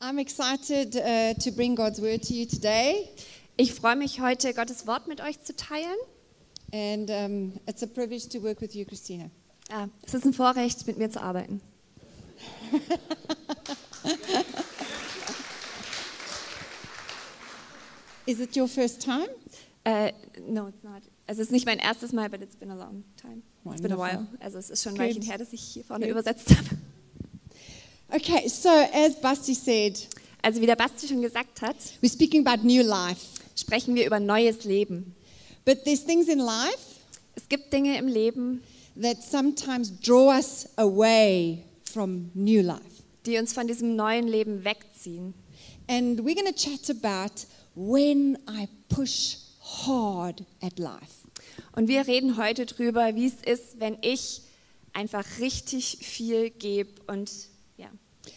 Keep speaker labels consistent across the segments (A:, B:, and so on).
A: I'm excited uh, to bring God's word to you today,
B: Ich freue mich heute, Gottes Wort mit euch zu teilen.
A: and um, it's a privilege to work with you, Christina.
B: Ah, es ist ein Vorrecht, mit mir zu arbeiten.
A: Is it your first time?
B: Äh, no, it's not. Es ist nicht mein erstes Mal, but it's been a long time. It's been a while.
A: Wonderful.
B: Also es ist schon ein
A: Good.
B: Weilchen her, dass ich hier vorne
A: Good.
B: übersetzt habe.
A: Okay, so as Basti said,
B: Also wie der Basti schon gesagt hat,
A: we're speaking about new life,
B: sprechen wir über neues Leben.
A: but there's things in life
B: Es gibt Dinge im Leben,
A: that sometimes draw us away from new life.
B: die uns von diesem neuen Leben wegziehen.
A: And we're going to chat about when I push hard at life.
B: Und wir reden heute drüber, wie es ist, wenn ich einfach richtig viel gebe und ja,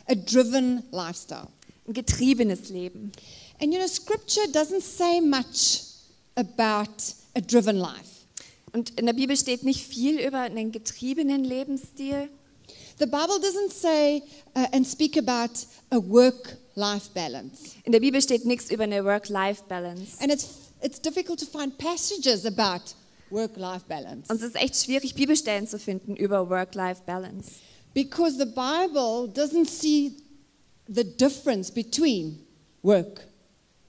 A: a driven lifestyle.
B: ein getriebenes Leben.
A: And you know, scripture doesn't say much about a driven life.
B: Und in der Bibel steht nicht viel über einen getriebenen Lebensstil.
A: The Bible doesn't say uh, and speak about a work life balance.
B: In der Bibel steht nichts über eine Work-Life-Balance.
A: And it's, it's difficult to find passages about work life balance
B: Und es ist echt schwierig, Bibelstellen zu finden über Work-Life-Balance.
A: because the Bible doesn't see the difference between work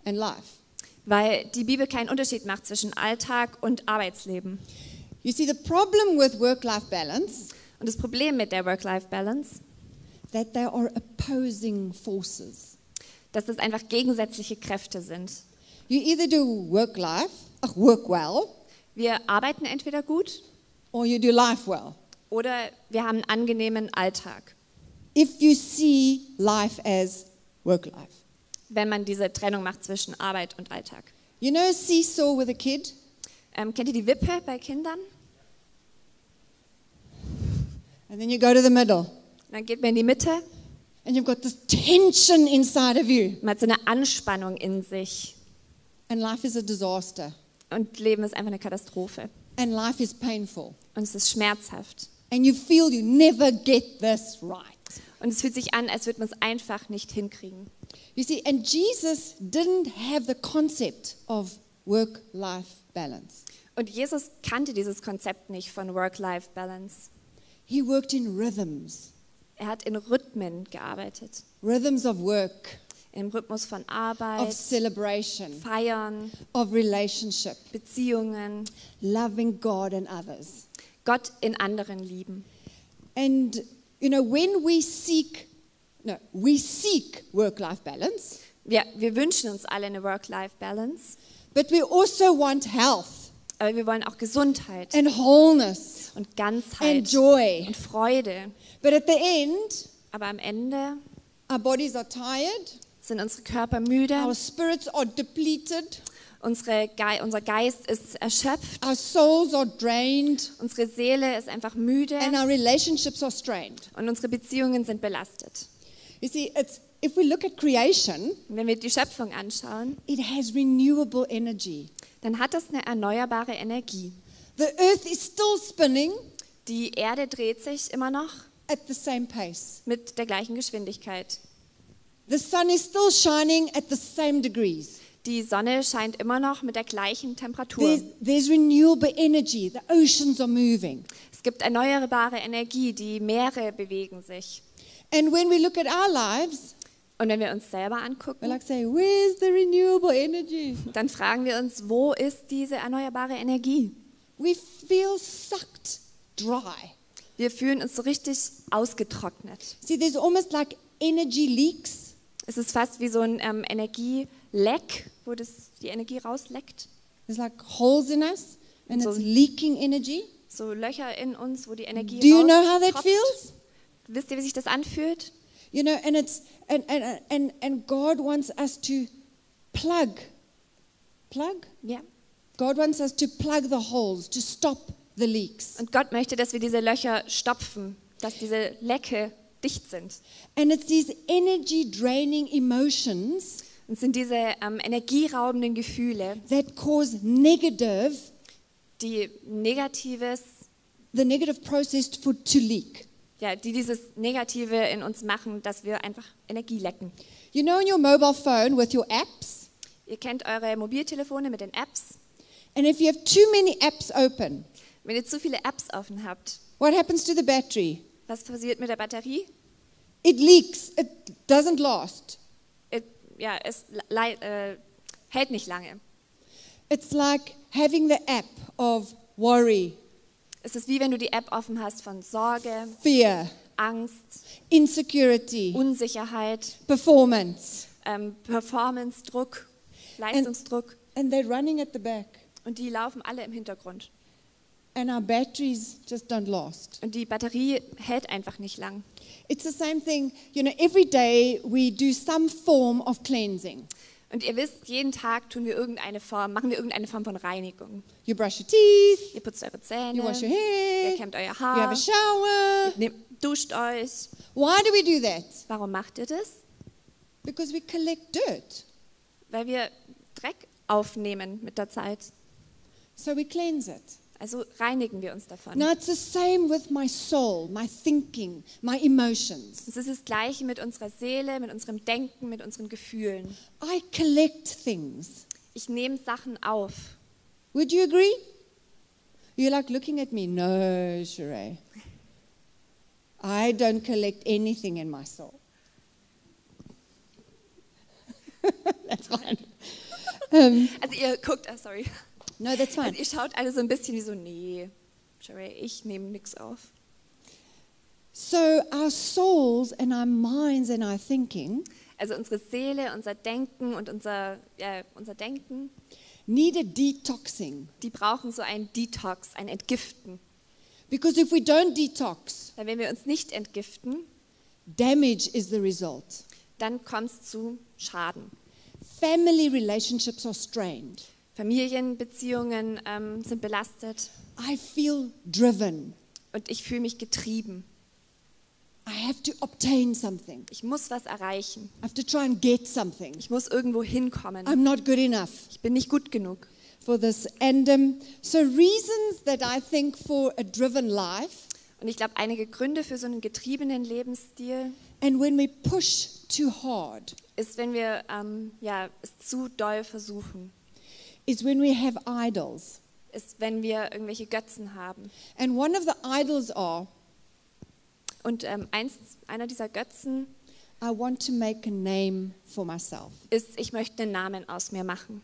A: and life.
B: Weil die Bibel keinen Unterschied macht zwischen Alltag und Arbeitsleben.
A: You see, the problem with work life balance
B: Und das Problem mit der Work-Life-Balance,
A: that they are opposing forces.
B: dass das einfach gegensätzliche Kräfte sind.
A: You either do work life, ach, work well,
B: Wir arbeiten entweder gut
A: or you do life well.
B: oder wir haben einen angenehmen Alltag,
A: If you see life as work life.
B: wenn man diese Trennung macht zwischen Arbeit und Alltag.
A: You know a seesaw with a kid?
B: Ähm, kennt ihr die Wippe bei Kindern?
A: And then you go to the middle,
B: Dann geht man in die Mitte
A: and you've got this tension inside of you,
B: Man hat so eine Anspannung in sich
A: and life is a disaster,
B: und Leben ist einfach eine Katastrophe
A: and life is painful,
B: und es ist schmerzhaft
A: and you feel you never get this right.
B: und es fühlt sich an, als würde man es einfach nicht hinkriegen.
A: You see, and Jesus didn't have the concept of work life balance,
B: Und Jesus kannte dieses Konzept nicht von Work-Life-Balance.
A: He worked in rhythms,
B: Er hat in Rhythmen gearbeitet,
A: rhythms of work,
B: im Rhythmus von
A: of
B: Arbeit,
A: celebration.
B: Feiern,
A: of relationship,
B: Beziehungen,
A: loving God and others.
B: Gott in anderen lieben.
A: And you know, when we seek no, we seek work-life balance,
B: Wir, wir wünschen uns alle eine Work-Life-Balance,
A: but we also want health
B: aber wir wollen auch Gesundheit
A: and wholeness
B: und
A: and
B: Ganzheit
A: joy.
B: und Freude.
A: But at the end,
B: Aber am Ende
A: our bodies are tired,
B: sind unsere Körper müde.
A: our spirits are depleted,
B: Unsere Ge unser Geist ist erschöpft,
A: our souls are drained,
B: unsere Seele ist einfach müde
A: and our relationships are strained.
B: und unsere Beziehungen sind belastet.
A: You see, it's if we look at creation,
B: Und wenn wir die Schöpfung anschauen,
A: it has renewable energy.
B: dann hat das eine erneuerbare Energie.
A: The earth is still spinning
B: Die Erde dreht sich immer noch
A: at the same pace.
B: mit der gleichen Geschwindigkeit.
A: The sun is still shining at the same degrees.
B: Die Sonne scheint immer noch mit der gleichen Temperatur.
A: There's, there's renewable energy. The oceans are moving.
B: Es gibt erneuerbare Energie, die Meere bewegen sich.
A: And when we look at our lives,
B: Und wenn wir uns selber
A: we're
B: angucken,
A: like, say, where's the renewable energy?
B: dann fragen wir uns, wo ist diese erneuerbare Energie?
A: We feel sucked dry.
B: Wir fühlen uns so richtig ausgetrocknet.
A: See, there's almost like energy leaks.
B: Es ist fast wie so ein ähm, Energieleck, wo das, die Energie rausleckt.
A: There's like holes in us, and
B: So-
A: it's leaking energy.
B: So Löcher in uns, wo die Energie
A: Do you know how that
B: raustropft.
A: feels?
B: Wisst ihr, wie sich das anfühlt?
A: You know, and it's and and and and God wants us to plug, plug.
B: Ja.
A: God wants us to plug the holes, to stop the leaks.
B: Und Gott möchte, dass wir diese Löcher stopfen, dass diese Lecke dicht sind.
A: And it's these energy draining emotions
B: Und es sind diese ähm, energieraubenden Gefühle,
A: that cause negative,
B: die Negatives,
A: the negative process for, to leak.
B: ja, die dieses Negative in uns machen, dass wir einfach Energie lecken.
A: You know, on your mobile phone with your apps,
B: Ihr kennt eure Mobiltelefone mit den Apps.
A: and if you have too many apps open,
B: Wenn ihr zu viele Apps offen habt,
A: what happens to the battery?
B: was passiert mit der Batterie?
A: It leaks, it doesn't last.
B: Ihr- Äh, Ja, es lei- äh, hält nicht lange.
A: It's like having the app of worry,
B: Es ist wie wenn du die App offen hast von Sorge,
A: fear,
B: Angst,
A: insecurity,
B: Unsicherheit,
A: performance,
B: ähm, Performance-Druck, Leistungsdruck.
A: and they're running at the back,
B: Und die laufen alle im Hintergrund.
A: and our batteries just don't last.
B: Und die Batterie hält einfach nicht lang.
A: It's the same thing, you know, every day we do some form of cleansing.
B: Und ihr wisst, jeden Tag tun wir irgendeine Form, machen wir irgendeine Form von Reinigung.
A: You brush your teeth,
B: Ihr putzt eure
A: you
B: Zähne,
A: wash your hair,
B: ihr kämmt
A: you
B: euer
A: have
B: Haar,
A: a shower.
B: nehmt, duscht euch.
A: Why do we do that?
B: Warum macht ihr das?
A: Because we collect dirt,
B: Weil wir Dreck aufnehmen mit der Zeit.
A: so we cleanse it.
B: Also reinigen wir uns davon.
A: Now it's the same with my soul, my thinking, my emotions.
B: Es ist das Gleiche mit unserer Seele, mit unserem Denken, mit unseren Gefühlen.
A: I collect things.
B: Ich nehme Sachen auf.
A: Would you agree? You're like looking at me. No, Sheree. I don't collect anything in my soul. that's fine. Um,
B: Also ihr guckt, ah, sorry.
A: no, that's fine.
B: Also ihr schaut alle so ein bisschen wie so, nee, Sheree, ich nehme nichts auf.
A: So our souls and our minds and our thinking
B: Also unsere Seele, unser Denken und unser, äh, unser Denken,
A: need a detoxing
B: die brauchen so ein Detox, ein Entgiften.
A: because if we don't detox,
B: Weil wenn wir uns nicht entgiften,
A: damage is the result.
B: dann kommt es zu Schaden.
A: Family relationships are strained.
B: Familienbeziehungen ähm, sind belastet
A: I feel driven.
B: und ich fühle mich getrieben.
A: I have to obtain something.
B: Ich muss was erreichen.
A: I have to try and get something.
B: Ich muss irgendwo hinkommen.
A: I'm not good enough
B: Ich bin nicht gut genug.
A: for this. And um, so, reasons that I think for a driven life,
B: Und ich glaube, einige Gründe für so einen getriebenen Lebensstil
A: and when we push too hard,
B: ist, wenn wir ähm, ja, es zu doll versuchen.
A: is when we have idols.
B: Ist, wenn wir irgendwelche Götzen haben.
A: And one of the idols are
B: Und ähm, eins, einer dieser Götzen
A: I want to make a name for myself.
B: ist, ich möchte einen Namen aus mir machen.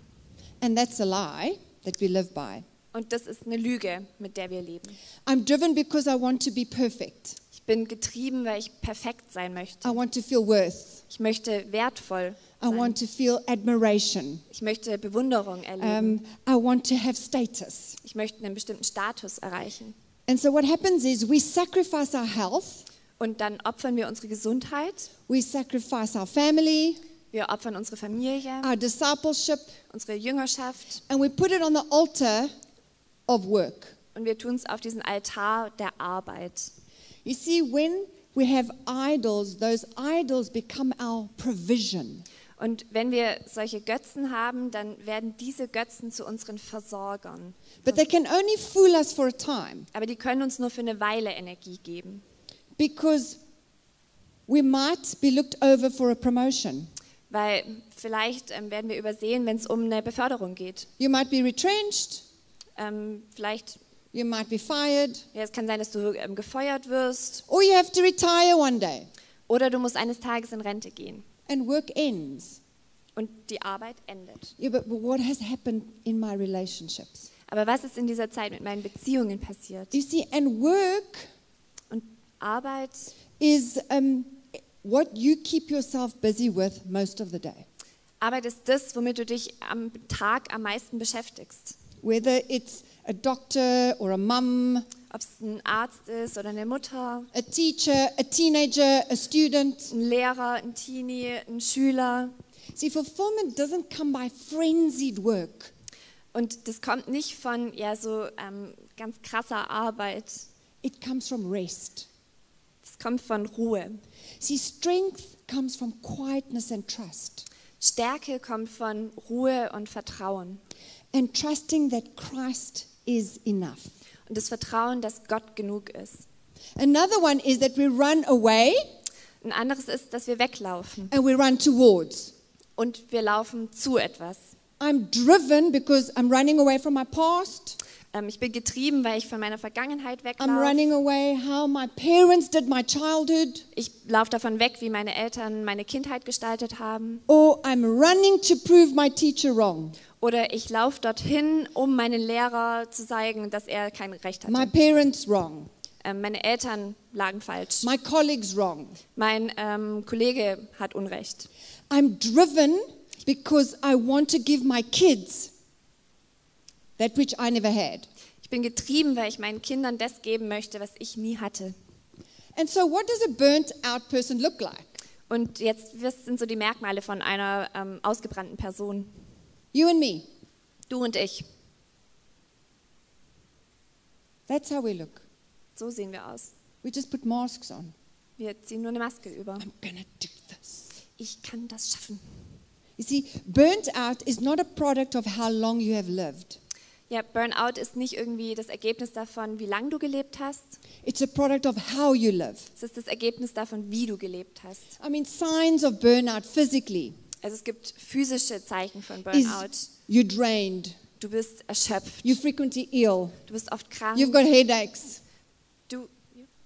A: And that's a lie that we live by.
B: Und das ist eine Lüge, mit der wir leben.
A: I'm driven because I want to be perfect,
B: Ich bin getrieben, weil ich perfekt sein
A: I
B: möchte.
A: want to feel worth,
B: Ich möchte wertvoll
A: I
B: sein.
A: want to feel admiration.
B: Ich möchte Bewunderung erleben.
A: Um, I want to have status.
B: Ich möchte einen bestimmten Status erreichen.
A: And so what happens is we sacrifice our health,
B: Und dann opfern wir unsere Gesundheit,
A: we sacrifice our family,
B: wir opfern unsere Familie,
A: our discipleship,
B: unsere Jüngerschaft
A: and we put it on the altar of work.
B: und wir tun es auf diesen Altar der Arbeit.
A: You see, when we have idols, those idols become our provision.
B: Und wenn wir solche Götzen haben, dann werden diese Götzen zu unseren Versorgern.
A: But they can only fool us for a time
B: Aber die können uns nur für eine Weile Energie geben,
A: because we might be looked over for a promotion.
B: weil vielleicht ähm, werden wir übersehen, wenn es um eine Beförderung geht.
A: You might be retrenched,
B: Ähm, vielleicht,
A: you might be fired,
B: ja, es kann sein, dass du ähm, gefeuert wirst
A: or you have to retire one day
B: oder du musst eines Tages in Rente gehen.
A: and work ends.
B: und die Arbeit endet.
A: Yeah, but, but what has happened in my relationships?
B: Aber was ist in dieser Zeit mit meinen Beziehungen passiert?
A: You see, and work
B: Und Arbeit
A: is um, what you keep yourself busy with most of the day.
B: Arbeit ist das, womit du dich am Tag am meisten beschäftigst.
A: Whether it's a doctor or a mum,
B: Ob es ein Arzt ist oder eine Mutter,
A: a teacher, a teenager, a student.
B: ein Lehrer, ein Teenie, ein Schüler.
A: See, fulfillment doesn't come by frenzied work,
B: Und das kommt nicht von ja so ähm, ganz krasser Arbeit.
A: it comes from rest.
B: Das kommt von Ruhe.
A: See, strength comes from quietness and trust,
B: Stärke kommt von Ruhe und Vertrauen.
A: and trusting that Christ is enough.
B: Und das Vertrauen, dass Gott genug ist.
A: Another one is that we run away
B: Ein anderes ist, dass wir weglaufen
A: and we run towards.
B: und wir laufen zu etwas.
A: I'm driven because I'm running away from my past.
B: Ähm, ich bin getrieben, weil ich von meiner Vergangenheit
A: I'm
B: weglaufe.
A: running away how my parents did my childhood.
B: Ich laufe davon weg, wie meine Eltern meine Kindheit gestaltet haben.
A: Or I'm running to prove my teacher wrong.
B: Oder ich laufe dorthin, um meinen Lehrer zu zeigen, dass er kein Recht
A: My
B: hat.
A: parents wrong.
B: Ähm, meine Eltern lagen falsch.
A: My colleagues wrong.
B: Mein ähm, Kollege hat Unrecht.
A: I'm driven because I want to give my kids that which I never had.
B: Ich bin getrieben, weil ich meinen Kindern das geben möchte, was ich nie hatte.
A: And so, what does a burnt out person look like?
B: Und jetzt was sind so die Merkmale von einer ähm, ausgebrannten Person.
A: You and me.
B: Du und ich.
A: That's how we look.
B: So sehen wir aus.
A: We just put masks on.
B: Wir ziehen nur eine Maske über.
A: I'm going to do this.
B: Ich kann das schaffen.
A: You see, burnt out is not a product of how long you have lived,
B: Ja, Burnout ist nicht irgendwie das Ergebnis davon, wie lange du gelebt hast.
A: it's a product of how you live.
B: Es ist das Ergebnis davon, wie du gelebt hast.
A: I mean, signs of burnout physically
B: Also es gibt physische Zeichen von Burnout.
A: is you're drained,
B: Du bist erschöpft.
A: you're frequently ill,
B: Du bist oft krank.
A: you've got headaches,
B: Du,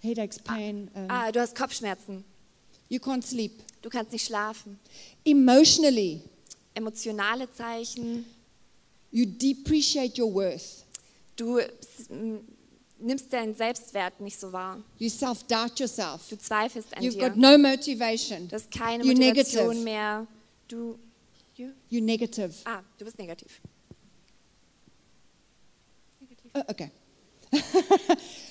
A: headaches, pain, um,
B: ah, du hast Kopfschmerzen.
A: you can't sleep.
B: Du kannst nicht schlafen.
A: Emotionally,
B: Emotionale Zeichen.
A: you depreciate your worth.
B: Du s- m, nimmst deinen Selbstwert nicht so wahr.
A: You self doubt yourself.
B: Du zweifelst an
A: You've
B: dir.
A: got no motivation.
B: Du hast keine
A: You're
B: Motivation
A: negative.
B: mehr. Du, you?
A: You're negative.
B: Ah, du bist negativ.
A: Oh, okay.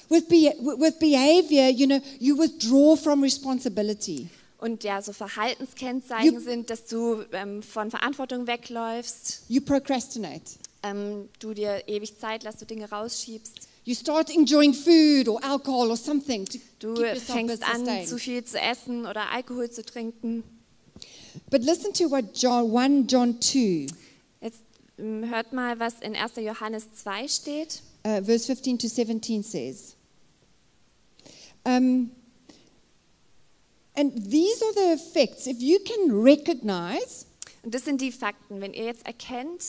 A: with, be- with behavior, you know, you withdraw from responsibility.
B: Und ja, so Verhaltenskennzeichen
A: You-
B: sind, dass du ähm, von Verantwortung wegläufst,
A: You procrastinate.
B: ähm, du dir ewig Zeit lässt, du Dinge rausschiebst.
A: You start enjoying food or alcohol or something to
B: Du
A: keep yourself
B: fängst
A: busy
B: an,
A: staying.
B: zu viel zu essen oder Alkohol zu trinken.
A: But listen to what John 1 John 2,
B: Jetzt ähm, hört mal, was in 1. Johannes 2 steht.
A: uh, verse 15 to 17 says. Um, and these are the effects. If you can recognize
B: Und das sind die Fakten. Wenn ihr jetzt erkennt,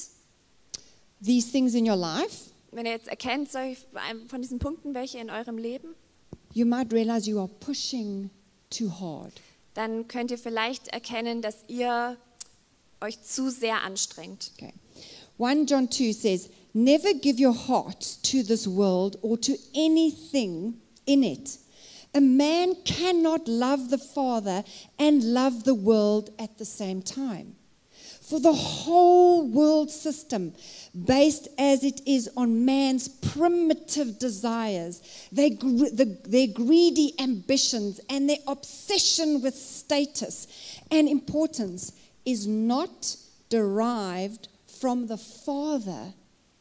A: these things in your life,
B: wenn ihr jetzt erkennt solche, von diesen Punkten, welche in eurem Leben,
A: you might realize you are pushing too hard.
B: dann könnt ihr vielleicht erkennen, dass ihr euch zu sehr anstrengt.
A: Okay. 1 John 2 says, Never give your heart to this world or to anything in it. A man cannot love the Father and love the world at the same time. For the whole world system, based as it is on man's primitive desires, their, gr- the, their greedy ambitions, and their obsession with status and importance, is not derived from the Father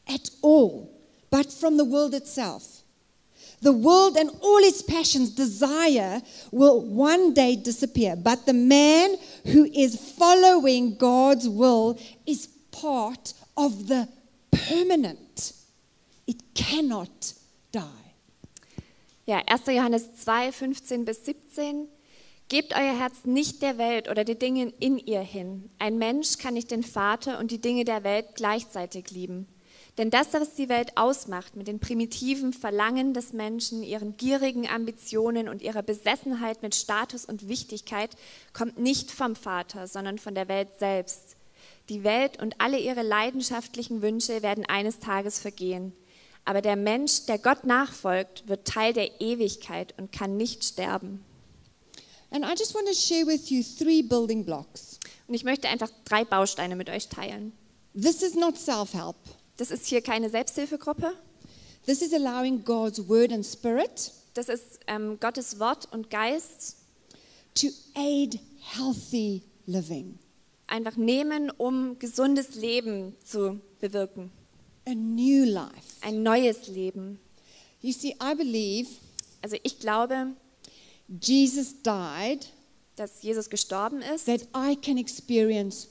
A: at all, but from the world itself. The world and all its passions, desire, will one day disappear. But the man who is following God's will is part of the permanent. It cannot die.
B: Ja, 1. Johannes 2, 15 bis 17. Gebt euer Herz nicht der Welt oder den Dingen in ihr hin. Ein Mensch kann nicht den Vater und die Dinge der Welt gleichzeitig lieben. Denn das, was die Welt ausmacht, mit den primitiven Verlangen des Menschen, ihren gierigen Ambitionen und ihrer Besessenheit mit Status und Wichtigkeit, kommt nicht vom Vater, sondern von der Welt selbst. Die Welt und alle ihre leidenschaftlichen Wünsche werden eines Tages vergehen. Aber der Mensch, der Gott nachfolgt, wird Teil der Ewigkeit und kann nicht sterben.
A: And I just want to share with you three building blocks.
B: Und ich möchte einfach drei Bausteine mit euch teilen.
A: This is not self help,
B: Das ist hier keine Selbsthilfegruppe.
A: this is allowing God's word and spirit
B: Das ist ähm, Gottes Wort und Geist
A: to aid healthy living.
B: einfach nehmen, um gesundes Leben zu bewirken.
A: a new life.
B: Ein neues Leben.
A: You see, I believe
B: Also ich glaube,
A: Jesus died
B: dass Jesus gestorben ist,
A: that I can experience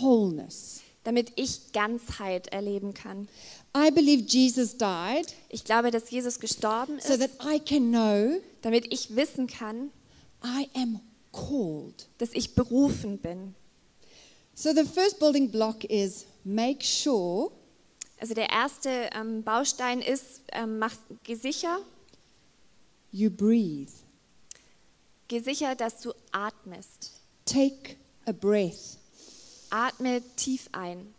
A: wholeness.
B: damit ich Ganzheit erleben kann.
A: I believe Jesus died
B: Ich glaube, dass Jesus gestorben
A: so that
B: ist,
A: I can know
B: damit ich wissen kann,
A: I am called.
B: dass ich berufen bin.
A: So the first building block is make sure
B: Also der erste ähm, Baustein ist, ähm, mach, geh sicher,
A: you breathe.
B: geh sicher, dass du atmest.
A: Take a breath.
B: Atme tief ein.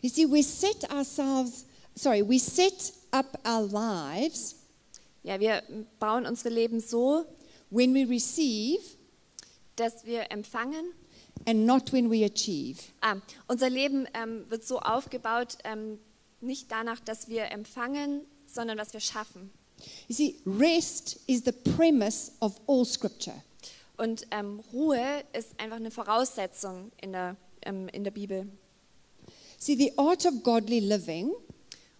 A: You see, we set ourselves, sorry, we set up our lives
B: Ja, wir bauen unsere Leben so,
A: when we receive
B: dass wir empfangen.
A: and not when we achieve.
B: Ah, unser Leben ähm, wird so aufgebaut, ähm, nicht danach, dass wir empfangen, sondern was wir schaffen.
A: You see, rest is the premise of all scripture.
B: Und ähm, Ruhe ist einfach eine Voraussetzung in der, ähm, in der Bibel.
A: See, the art of godly living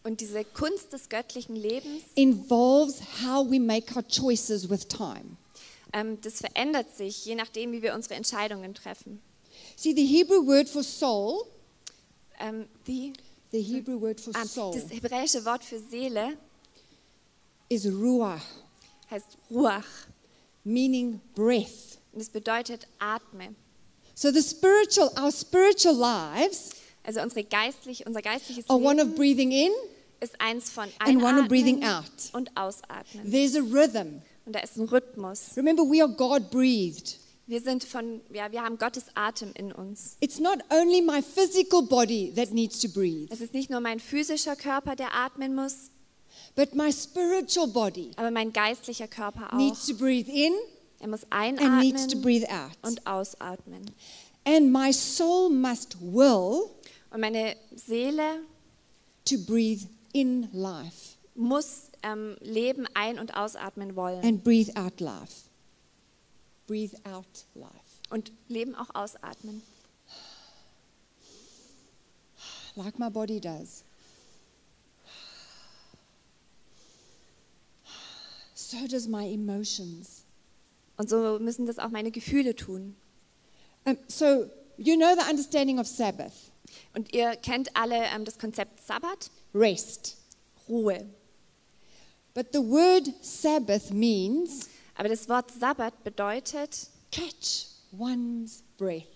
B: Und diese Kunst des göttlichen Lebens,
A: involves how we make our choices with time.
B: ähm, das verändert sich, je nachdem, wie wir unsere Entscheidungen treffen.
A: See, the Hebrew word for soul,
B: Ähm, die,
A: the Hebrew word for
B: ah,
A: soul
B: das hebräische Wort für Seele
A: is ruach,
B: heißt Ruach.
A: meaning breath.
B: Und es bedeutet Atme.
A: So the spiritual, our spiritual lives
B: Also unsere geistlich, unser geistliches
A: are one of
B: Leben
A: breathing in.
B: ist eins von
A: and one of breathing
B: Einatmen
A: out.
B: und Ausatmen.
A: There's a rhythm.
B: Und da ist ein Rhythmus.
A: Remember, we are God breathed.
B: Wir sind von, ja, wir haben Gottes Atem in uns.
A: It's not only my physical body that needs to breathe,
B: Es ist nicht nur mein physischer Körper, der atmen muss,
A: but my spiritual body
B: aber mein geistlicher Körper auch.
A: needs to breathe in
B: Er muss
A: and needs to
B: einatmen
A: breathe out.
B: und ausatmen.
A: And my soul must will
B: Und meine Seele
A: to breathe in life
B: muss ähm, Leben ein- und ausatmen wollen
A: and breathe out life. Breathe out life.
B: und Leben auch ausatmen.
A: Like my body does. So does my emotions.
B: Und so müssen das auch meine Gefühle tun.
A: Um, so you know the understanding of Sabbath,
B: Und ihr kennt alle ähm, das Konzept Sabbat,
A: rest.
B: Ruhe.
A: But the word Sabbath means
B: Aber das Wort Sabbat bedeutet
A: catch one's breath.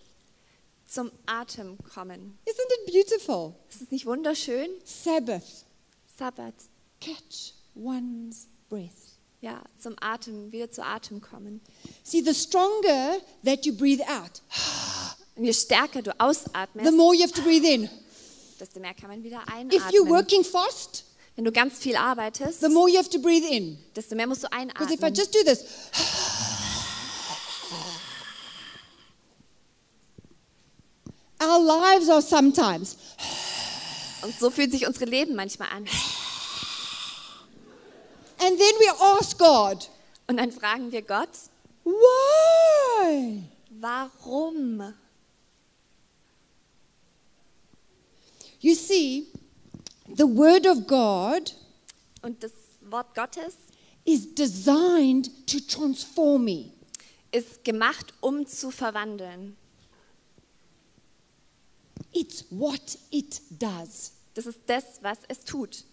B: zum Atem kommen.
A: Isn't it beautiful?
B: Ist es nicht wunderschön?
A: Sabbath,
B: Sabbat,
A: catch one's breath.
B: ja, zum Atem, wieder zu Atem kommen.
A: See, the stronger that you breathe out,
B: Und je stärker du
A: the
B: ausatmest,
A: more you have to breathe in.
B: desto mehr kann man wieder
A: If you're
B: einatmen.
A: working fast,
B: Wenn du ganz viel arbeitest,
A: the more you have to breathe in.
B: desto mehr musst du
A: Because if I
B: einatmen.
A: just do this, our lives are sometimes
B: Und so fühlt sich unsere Leben manchmal an.
A: And then we ask God,
B: Und dann fragen wir Gott,
A: why?
B: warum?
A: You see, the Word of God
B: Und das Wort Gottes
A: is designed to transform me.
B: ist gemacht, um zu verwandeln.
A: It's what it does.
B: Das ist das, was es tut.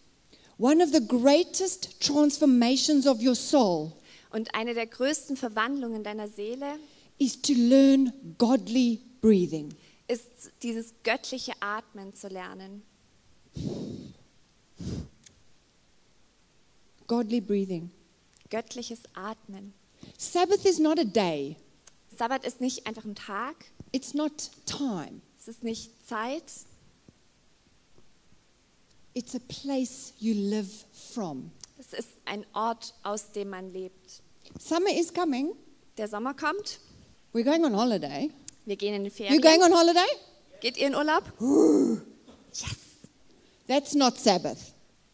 A: One of the greatest transformations of your soul
B: Und eine der größten Verwandlungen deiner Seele
A: is to learn godly breathing.
B: ist dieses göttliche Atmen zu lernen.
A: Godly breathing.
B: Göttliches Atmen.
A: Sabbath is not a day,
B: Sabbat ist nicht einfach ein Tag,
A: it's not time,
B: es ist nicht Zeit,
A: it's a place you live from.
B: es ist ein Ort, aus dem man lebt.
A: Summer is coming.
B: Der Sommer kommt,
A: We're going on holiday.
B: wir gehen in die
A: You're going
B: Ferien.
A: on holiday?
B: Geht ihr in Urlaub?
A: That's not Sabbath.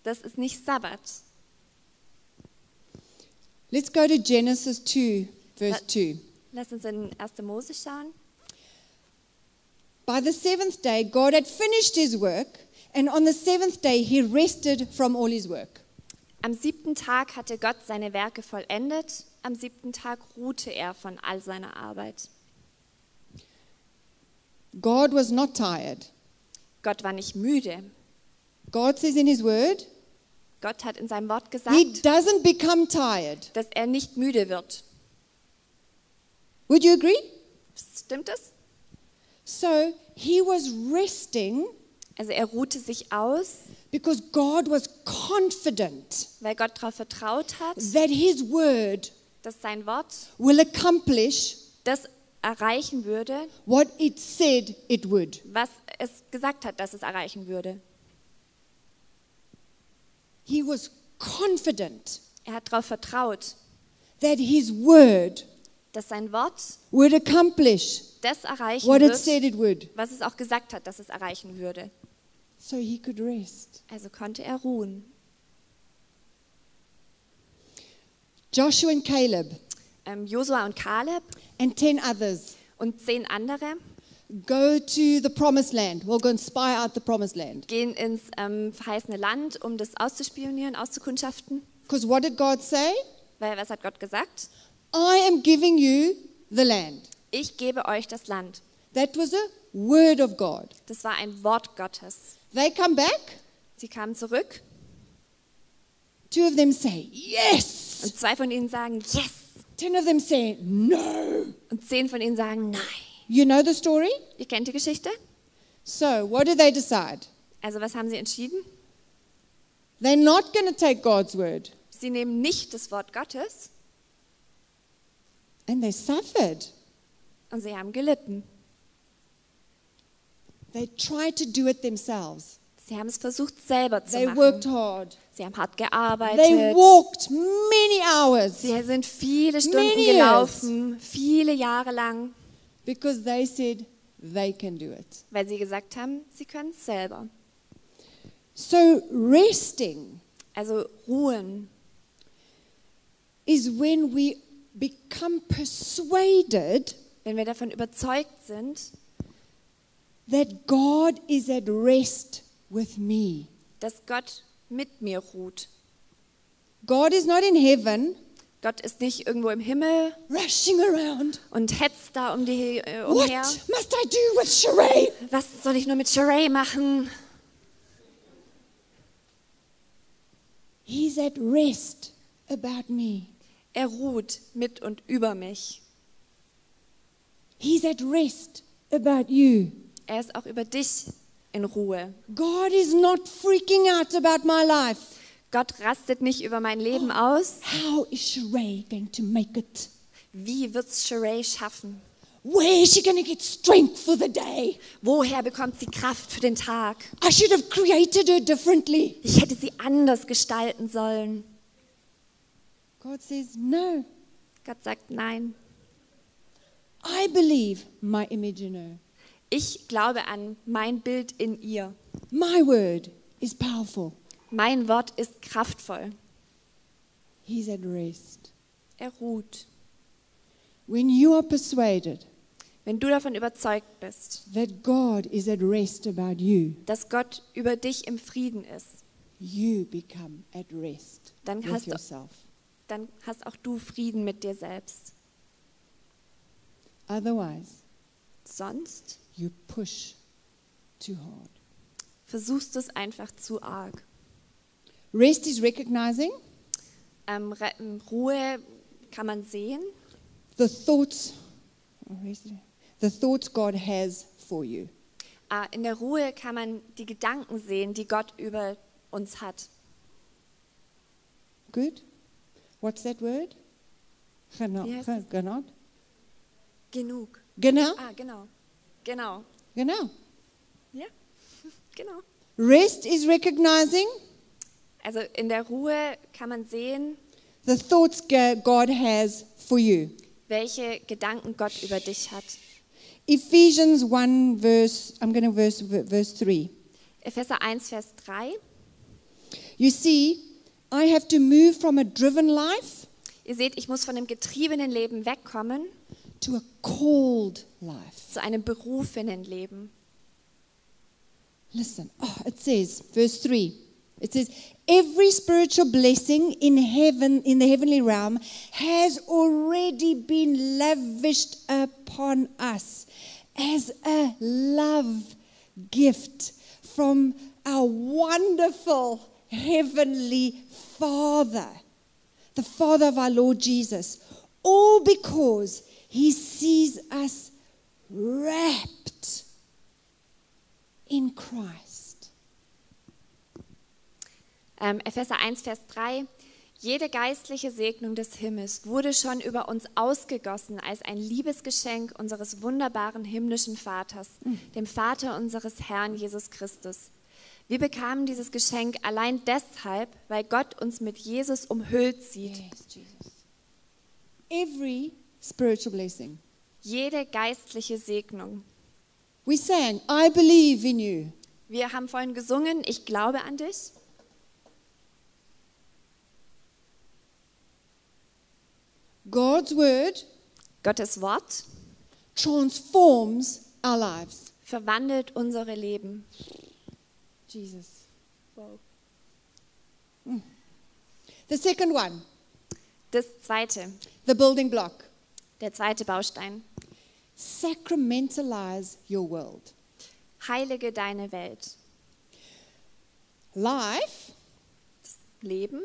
B: Das ist nicht Sabbat.
A: Let's go to Genesis 2, verse
B: That-
A: 2.
B: Lass uns in 1. Mose schauen.
A: By the seventh day, God had finished his work, and on the seventh day, he rested from all his work.
B: Am siebten Tag hatte Gott seine Werke vollendet, am siebten Tag ruhte er von all seiner Arbeit.
A: God was not tired.
B: Gott war nicht müde.
A: God says in his word,
B: Gott hat in seinem Wort
A: he
B: gesagt,
A: doesn't become tired.
B: dass er nicht müde wird.
A: Would you agree?
B: Stimmt es?
A: So he was resting
B: Also er ruhte sich aus,
A: because God was confident
B: weil Gott darauf vertraut hat,
A: that his word
B: dass sein Wort
A: will accomplish
B: das erreichen würde,
A: what it said it would.
B: was es gesagt hat, dass es erreichen würde.
A: He was confident
B: Er hat darauf vertraut,
A: that his word
B: dass sein Wort
A: would accomplish
B: das erreichen
A: what it
B: wird,
A: said it would.
B: was es auch gesagt hat, dass es erreichen würde.
A: So he could rest.
B: Also konnte er ruhen.
A: Joshua and Caleb
B: Ähm, Josua und Kaleb
A: and 10 others
B: und zehn andere
A: go to the promised land. We'll go and spy out the promised land.
B: gehen ins ähm, verheißene Land, um das auszuspionieren, auszukundschaften.
A: Because what did God say?
B: Weil was hat Gott gesagt?
A: I am giving you the land.
B: Ich gebe euch das Land.
A: That was a word of God.
B: Das war ein Wort Gottes.
A: They come back.
B: Sie kamen zurück
A: Two of them say, Yes.
B: und zwei von ihnen sagen Yes
A: Ten of them say, No.
B: und zehn von ihnen sagen Nein.
A: You know the story?
B: Ihr kennt die Geschichte?
A: So, what do they decide?
B: Also was haben sie entschieden?
A: They're not going to take God's word.
B: Sie nehmen nicht das Wort Gottes
A: And they suffered.
B: und sie haben gelitten.
A: They tried to do it themselves.
B: Sie haben es versucht selber zu
A: They
B: machen.
A: worked hard.
B: Sie haben hart
A: They
B: gearbeitet.
A: walked many hours
B: Sie sind viele Stunden
A: Many
B: gelaufen, viele Jahre lang,
A: because they said they can do it.
B: weil sie gesagt haben, sie können es selber.
A: So, resting
B: Also ruhen
A: is when we become persuaded
B: wenn wir davon überzeugt sind,
A: that God is at rest with me.
B: dass Gott mit mir ruht.
A: God is not in heaven
B: Gott ist nicht irgendwo im Himmel
A: rushing around.
B: und hetzt da um die äh,
A: What
B: umher.
A: must I do with Sheree?
B: Was soll ich nur mit Sheree machen?
A: He's at rest about me.
B: Er ruht mit und über mich.
A: He's at rest about you.
B: Er ist auch über dich in Ruhe.
A: God is not freaking out about my life.
B: Gott rastet nicht über mein Leben aus.
A: How is Sheree going to make it?
B: Wie wird's Sheree schaffen?
A: Where is she going to get strength for the day?
B: Woher bekommt sie Kraft für den Tag?
A: I should have created her differently.
B: Ich hätte sie anders gestalten sollen.
A: God says, No,
B: Gott sagt nein.
A: I believe my image in her.
B: Ich glaube an mein Bild in ihr.
A: My word is powerful.
B: Mein Wort ist kraftvoll.
A: He's at rest.
B: Er ruht.
A: When you are persuaded
B: Wenn du davon überzeugt bist,
A: that God is at rest about you,
B: dass Gott über dich im Frieden ist,
A: you become at rest
B: Dann
A: with
B: hast du-
A: yourself.
B: dann hast auch du Frieden mit dir selbst.
A: Otherwise,
B: Sonst
A: you push too hard.
B: versuchst du es einfach zu arg.
A: Rest is recognizing
B: Ähm, Re- ähm, Ruhe kann man sehen,
A: the thoughts oh, rest is- the thoughts God has for you.
B: Ah, in der Ruhe kann man die Gedanken sehen, die Gott über uns hat.
A: Good? What's that word? Genau.
B: Wie heißt
A: Ge- Genau.
B: Genug.
A: Genau.
B: Ah, genau. Genau.
A: Genau.
B: Ja, genau.
A: Rest is recognizing
B: Also in der Ruhe kann man sehen,
A: the thoughts ga- God has for you.
B: welche Gedanken Gott über dich hat.
A: Ephesians 1 verse I'm going to verse verse 3.
B: Epheser 1, Vers 3.
A: You see, I have to move from a driven life
B: Ihr seht, ich muss von dem getriebenen Leben wegkommen
A: to a called life.
B: zu einem berufenen Leben.
A: Listen, oh, it says, verse 3. It says, every spiritual blessing in heaven, in the heavenly realm, has already been lavished upon us as a love gift from our wonderful heavenly Father, the Father of our Lord Jesus, all because he sees us wrapped in Christ.
B: Ähm, Epheser 1, Vers 3. Jede geistliche Segnung des Himmels wurde schon über uns ausgegossen als ein Liebesgeschenk unseres wunderbaren himmlischen Vaters, dem Vater unseres Herrn Jesus Christus. Wir bekamen dieses Geschenk allein deshalb, weil Gott uns mit Jesus umhüllt sieht.
A: Jesus. Every spiritual blessing.
B: Jede geistliche Segnung.
A: We sang, I believe in you.
B: Wir haben vorhin gesungen, ich glaube an dich.
A: God's word
B: Gottes Wort
A: transforms our lives.
B: verwandelt unsere Leben.
A: Jesus. Mm. The second one,
B: Das zweite,
A: the building block.
B: der zweite Baustein.
A: Sacramentalize your world.
B: Heilige deine Welt.
A: Life
B: Leben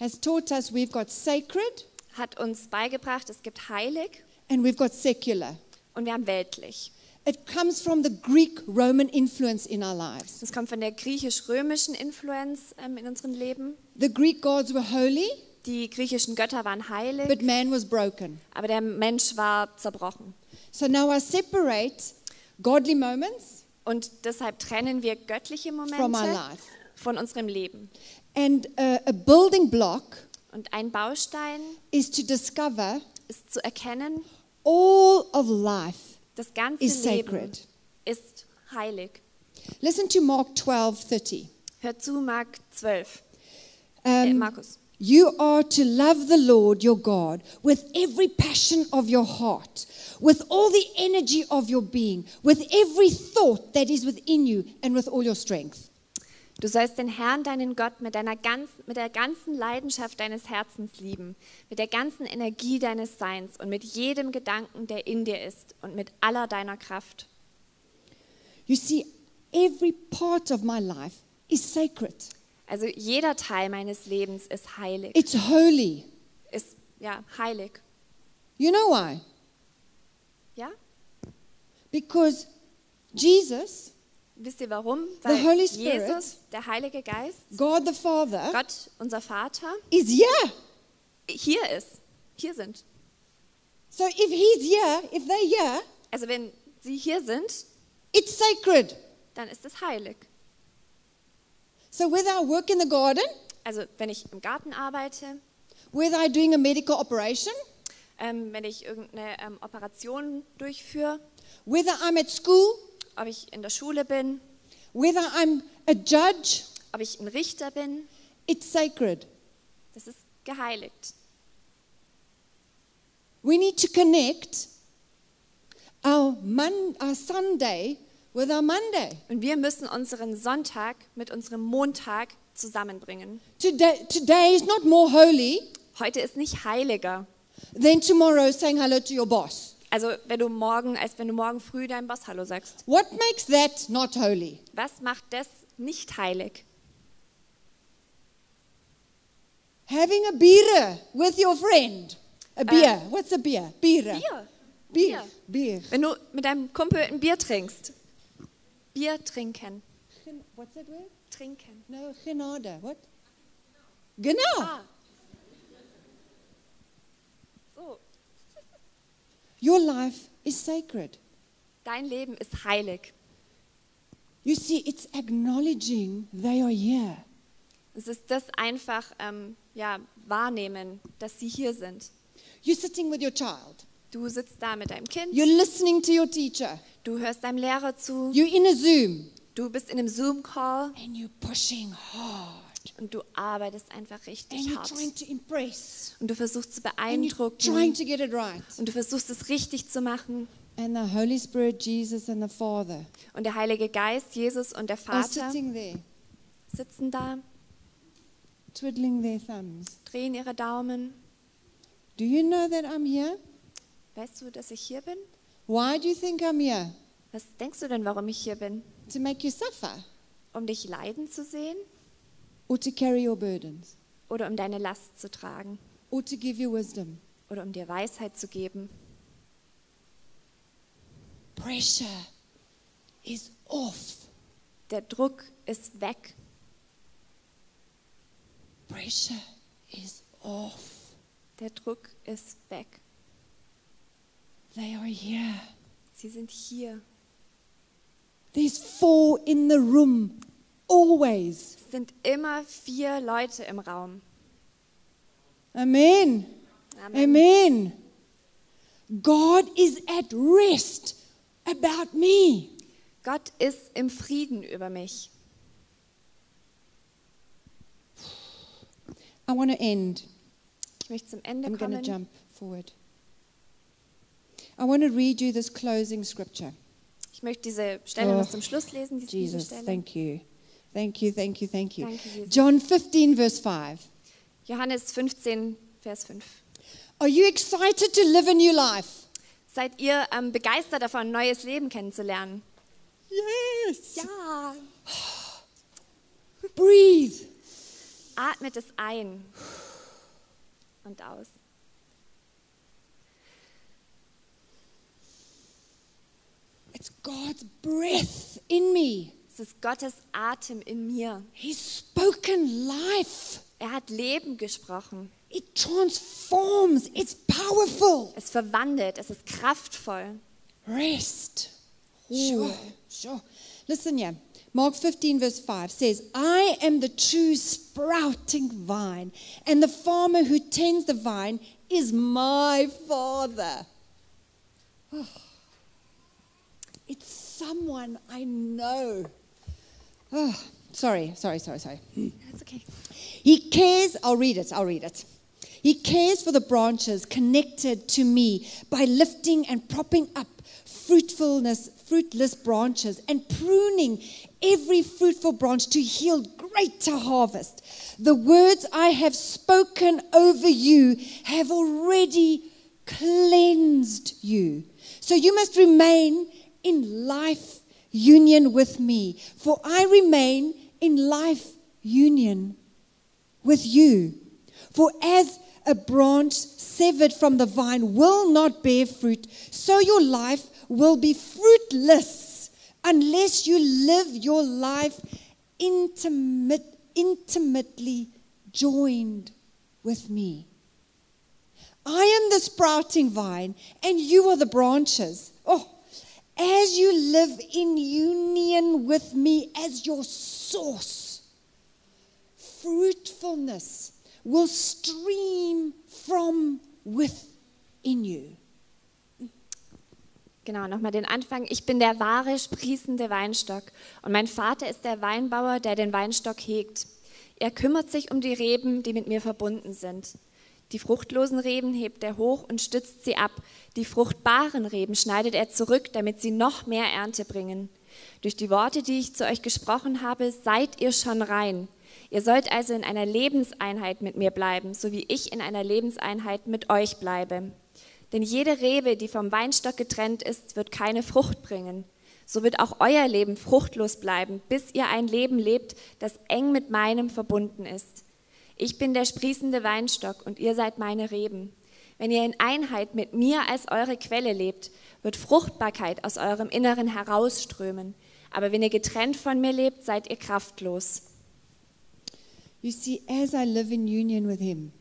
A: has taught us we've got sacred
B: hat uns beigebracht, es gibt heilig
A: and we've got secular.
B: und wir haben weltlich.
A: It comes from the Greek Roman influence in our lives.
B: Das kommt von der griechisch-römischen Influenz ähm, in unserem Leben.
A: The Greek gods were holy,
B: Die griechischen Götter waren heilig,
A: but man was broken.
B: aber der Mensch war zerbrochen.
A: So now I separate godly moments
B: Und deshalb trennen wir göttliche
A: from our
B: Momente
A: life.
B: von unserem Leben.
A: And uh, a building block
B: Und ein Baustein
A: is to discover
B: ist zu erkennen,
A: all of life.
B: das ganze
A: Is
B: Leben
A: sacred.
B: ist heilig.
A: Listen to Mark 12:30.
B: Hört zu, Mark 12, äh,
A: Um,
B: Markus.
A: You are to love the Lord your God with every passion of your heart, with all the energy of your being, with every thought that is within you, and with all your strength.
B: Du sollst den Herrn, deinen Gott, mit, deiner ganzen, mit der ganzen Leidenschaft deines Herzens lieben, mit der ganzen Energie deines Seins und mit jedem Gedanken, der in dir ist und mit aller deiner Kraft.
A: You see, every part of my life is sacred,
B: Also jeder Teil meines Lebens ist heilig.
A: it's holy.
B: Ist, ja, heilig.
A: You know why?
B: Ja?
A: Because Jesus,
B: Wisst ihr warum?
A: Holy Spirit-
B: Jesus, der Heilige Geist,
A: God the Father,
B: Gott, unser Vater,
A: is here.
B: hier ist. Hier sind.
A: So if He's here, if they're here,
B: Also wenn sie hier sind,
A: it's sacred.
B: dann ist es heilig.
A: So whether I work in the garden,
B: Also wenn ich im Garten arbeite,
A: whether I'm doing a medical operation,
B: ähm, wenn ich irgendeine ähm, Operation durchführe,
A: whether I'm at school,
B: ob ich in der Schule bin,
A: whether I'm a judge,
B: ob ich ein Richter bin,
A: it's sacred.
B: das ist geheiligt.
A: We need to connect our, Mon- our Sunday with our Monday.
B: Und wir müssen unseren Sonntag mit unserem Montag zusammenbringen.
A: Today, today is not more holy
B: Heute ist nicht heiliger.
A: than tomorrow saying hello to your boss.
B: Also wenn du morgen, als wenn du morgen früh deinem Boss Hallo sagst.
A: What makes that not holy?
B: Was macht das nicht heilig?
A: Having a beer with your friend. A beer. What's a beer? Um, Beer.
B: Bier.
A: Beer. Beer.
B: Wenn du mit deinem Kumpel ein Bier trinkst. Bier trinken.
A: Gen- What's that word?
B: Trinken.
A: No, genade. What? Genau.
B: Ah. So,
A: Your life is sacred.
B: dein Leben ist heilig.
A: You see, it's acknowledging they are here.
B: Es ist das einfach ähm, ja, wahrnehmen, dass sie hier sind.
A: You're sitting with your child.
B: Du sitzt da mit deinem Kind,
A: You're listening to your teacher.
B: du hörst deinem Lehrer zu,
A: You're in a Zoom
B: du bist in einem Zoom-Call
A: and you're pushing hard.
B: und du arbeitest einfach
A: And
B: richtig
A: you're
B: hart.
A: trying to impress.
B: Und du versuchst zu
A: And you're trying
B: beeindrucken
A: to get it right.
B: und du versuchst es richtig zu machen.
A: And the Holy Spirit, Jesus, and the Father
B: Und der Heilige Geist, Jesus und der
A: are
B: Vater
A: sitting there,
B: sitzen da,
A: twiddling their thumbs.
B: drehen ihre Daumen.
A: Do you know that I'm here?
B: Weißt du, dass ich hier bin?
A: Why do you think I'm here?
B: Was denkst du denn, warum ich hier bin?
A: To make you suffer
B: Um dich leiden zu sehen
A: or to carry your burdens
B: oder um deine Last zu tragen
A: or to give you wisdom?
B: oder um dir Weisheit zu geben?
A: Pressure is off.
B: Der Druck ist weg.
A: Pressure is off.
B: Der Druck ist weg.
A: They are here.
B: Sie sind hier.
A: There's four in the room, always.
B: Es sind immer vier Leute im Raum.
A: Amen.
B: Amen.
A: Amen. God is at rest about me.
B: Gott ist im Frieden über mich.
A: I want to end.
B: Ich möchte zum Ende
A: I'm going to
B: kommen.
A: jump forward. I want to read you this closing scripture.
B: Ich möchte diese Stelle
A: Oh,
B: noch zum Schluss lesen. Diese
A: Jesus,
B: Bibelstelle.
A: thank you. Thank you, thank you, thank you.
B: Thank you, Jesus.
A: John 15, verse 5.
B: Johannes 15, Vers 5.
A: Are you excited to live a new life?
B: Seid ihr ähm, begeistert davon, neues Leben kennenzulernen?
A: Yes.
B: Ja.
A: Breathe.
B: Atmet es ein und aus.
A: It's God's breath in me.
B: Es ist Gottes Atem in mir.
A: He's spoken life.
B: Er hat Leben gesprochen.
A: It transforms. It's powerful.
B: Es verwandelt. Es ist kraftvoll.
A: Rest.
B: Ruhe.
A: Sure, sure. Listen here. Mark 15, verse 5 says, I am the true sprouting vine, and the farmer who tends the vine is my father. Oh. It's someone I know. Oh, sorry, sorry, sorry, sorry.
B: That's okay.
A: He cares, I'll read it, I'll read it. He cares for the branches connected to me by lifting and propping up fruitfulness, fruitless branches and pruning every fruitful branch to yield greater harvest. The words I have spoken over you have already cleansed you. So you must remain in life union with me, for I remain in life union with you. For as a branch severed from the vine will not bear fruit, so your life will be fruitless unless you live your life intimate, intimately joined with me. I am the sprouting vine, and you are the branches. Oh, as you live in union with me as your source, fruitfulness will stream from within you.
B: Genau, nochmal den Anfang. Ich bin der wahre, sprießende Weinstock. Und mein Vater ist der Weinbauer, der den Weinstock hegt. Er kümmert sich um die Reben, die mit mir verbunden sind. Die fruchtlosen Reben hebt er hoch und stützt sie ab. Die fruchtbaren Reben schneidet er zurück, damit sie noch mehr Ernte bringen. Durch die Worte, die ich zu euch gesprochen habe, seid ihr schon rein. Ihr sollt also in einer Lebenseinheit mit mir bleiben, so wie ich in einer Lebenseinheit mit euch bleibe. Denn jede Rebe, die vom Weinstock getrennt ist, wird keine Frucht bringen. So wird auch euer Leben fruchtlos bleiben, bis ihr ein Leben lebt, das eng mit meinem verbunden ist. Ich bin der sprießende Weinstock und ihr seid meine Reben. Wenn ihr in Einheit mit mir als eure Quelle lebt, wird Fruchtbarkeit aus eurem Inneren herausströmen. Aber wenn ihr getrennt von mir lebt, seid ihr kraftlos.
A: You see, as I live in union with Him,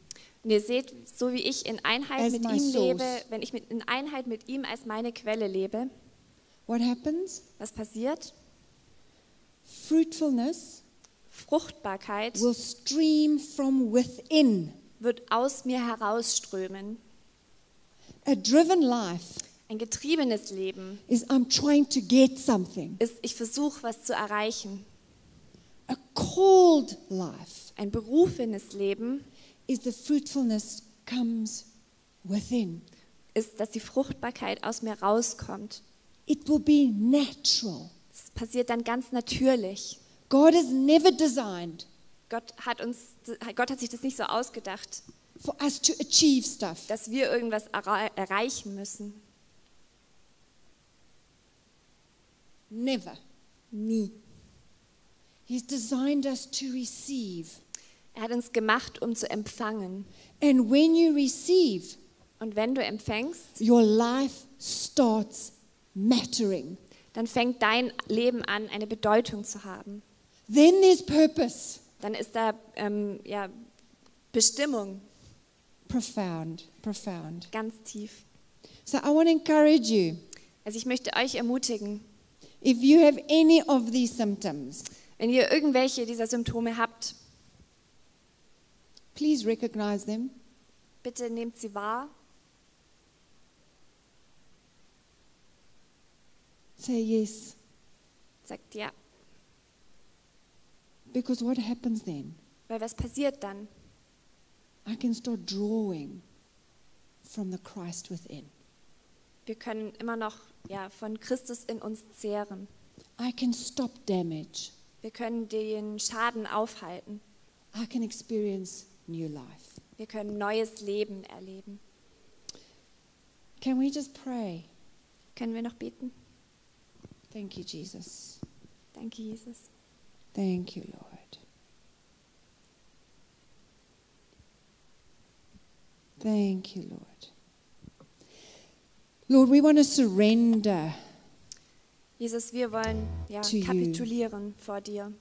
B: Und ihr seht, so wie ich in Einheit
A: As
B: mit
A: my
B: ihm lebe,
A: source.
B: wenn ich mit, in Einheit mit ihm als meine Quelle lebe,
A: what happens?
B: was passiert?
A: Fruitfulness
B: Fruchtbarkeit
A: will stream from within.
B: wird aus mir herausströmen.
A: A driven life
B: Ein getriebenes Leben
A: is I'm trying to get something,
B: ist, ich versuche, was zu erreichen.
A: a called life
B: Ein berufenes Leben
A: is the fruitfulness comes within.
B: ist, dass die Fruchtbarkeit aus mir rauskommt.
A: It will be natural.
B: Das passiert dann ganz natürlich.
A: God has never designed
B: Gott hat, uns, Gott hat sich das nicht so ausgedacht,
A: for us to achieve stuff.
B: dass wir irgendwas errei- erreichen müssen.
A: Never.
B: Nie.
A: He's designed us to receive.
B: Er hat uns gemacht, um zu empfangen.
A: And when you receive,
B: Und wenn du empfängst,
A: your life starts mattering.
B: dann fängt dein Leben an, eine Bedeutung zu haben.
A: Then there's purpose.
B: Dann ist da ähm, ja, Bestimmung
A: Profound, profound.
B: ganz tief.
A: So I want to encourage you
B: Also ich möchte euch ermutigen,
A: if you have any of these symptoms,
B: wenn ihr irgendwelche dieser Symptome habt,
A: please recognize them.
B: bitte nehmt sie wahr.
A: Say yes.
B: Sagt ja,
A: Because what happens then?
B: weil was passiert dann?
A: I can start drawing from the Christ within.
B: Wir können immer noch ja, von Christus in uns zehren.
A: I can stop damage.
B: Wir können den Schaden aufhalten.
A: I can experience new life.
B: Wir können neues Leben erleben.
A: Can we just pray?
B: Können wir noch beten?
A: Thank you, Jesus.
B: Danke, Jesus.
A: Thank you, Lord. Thank you, Lord. Lord, we want to surrender.
B: Jesus, wir wollen ja,
A: To you.
B: kapitulieren vor dir.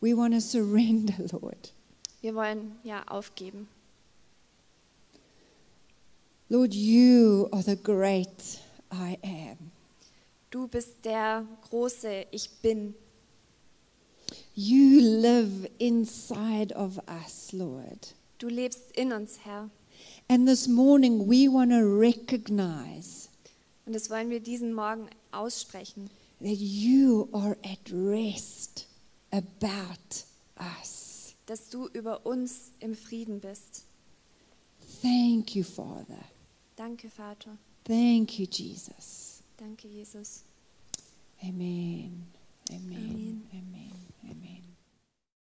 A: We want to surrender, Lord.
B: Wir wollen ja aufgeben.
A: Lord, you are the great I am.
B: Du bist der große Ich Bin.
A: You live inside of us, Lord.
B: Du lebst in uns, Herr.
A: And this morning we want to recognize
B: Und das wollen wir diesen Morgen aussprechen,
A: that you are at rest about us.
B: dass du über uns im Frieden bist.
A: Thank you, Father.
B: Danke, Vater.
A: Thank you, Jesus.
B: Danke, Jesus.
A: Amen. Amen.
B: Amen.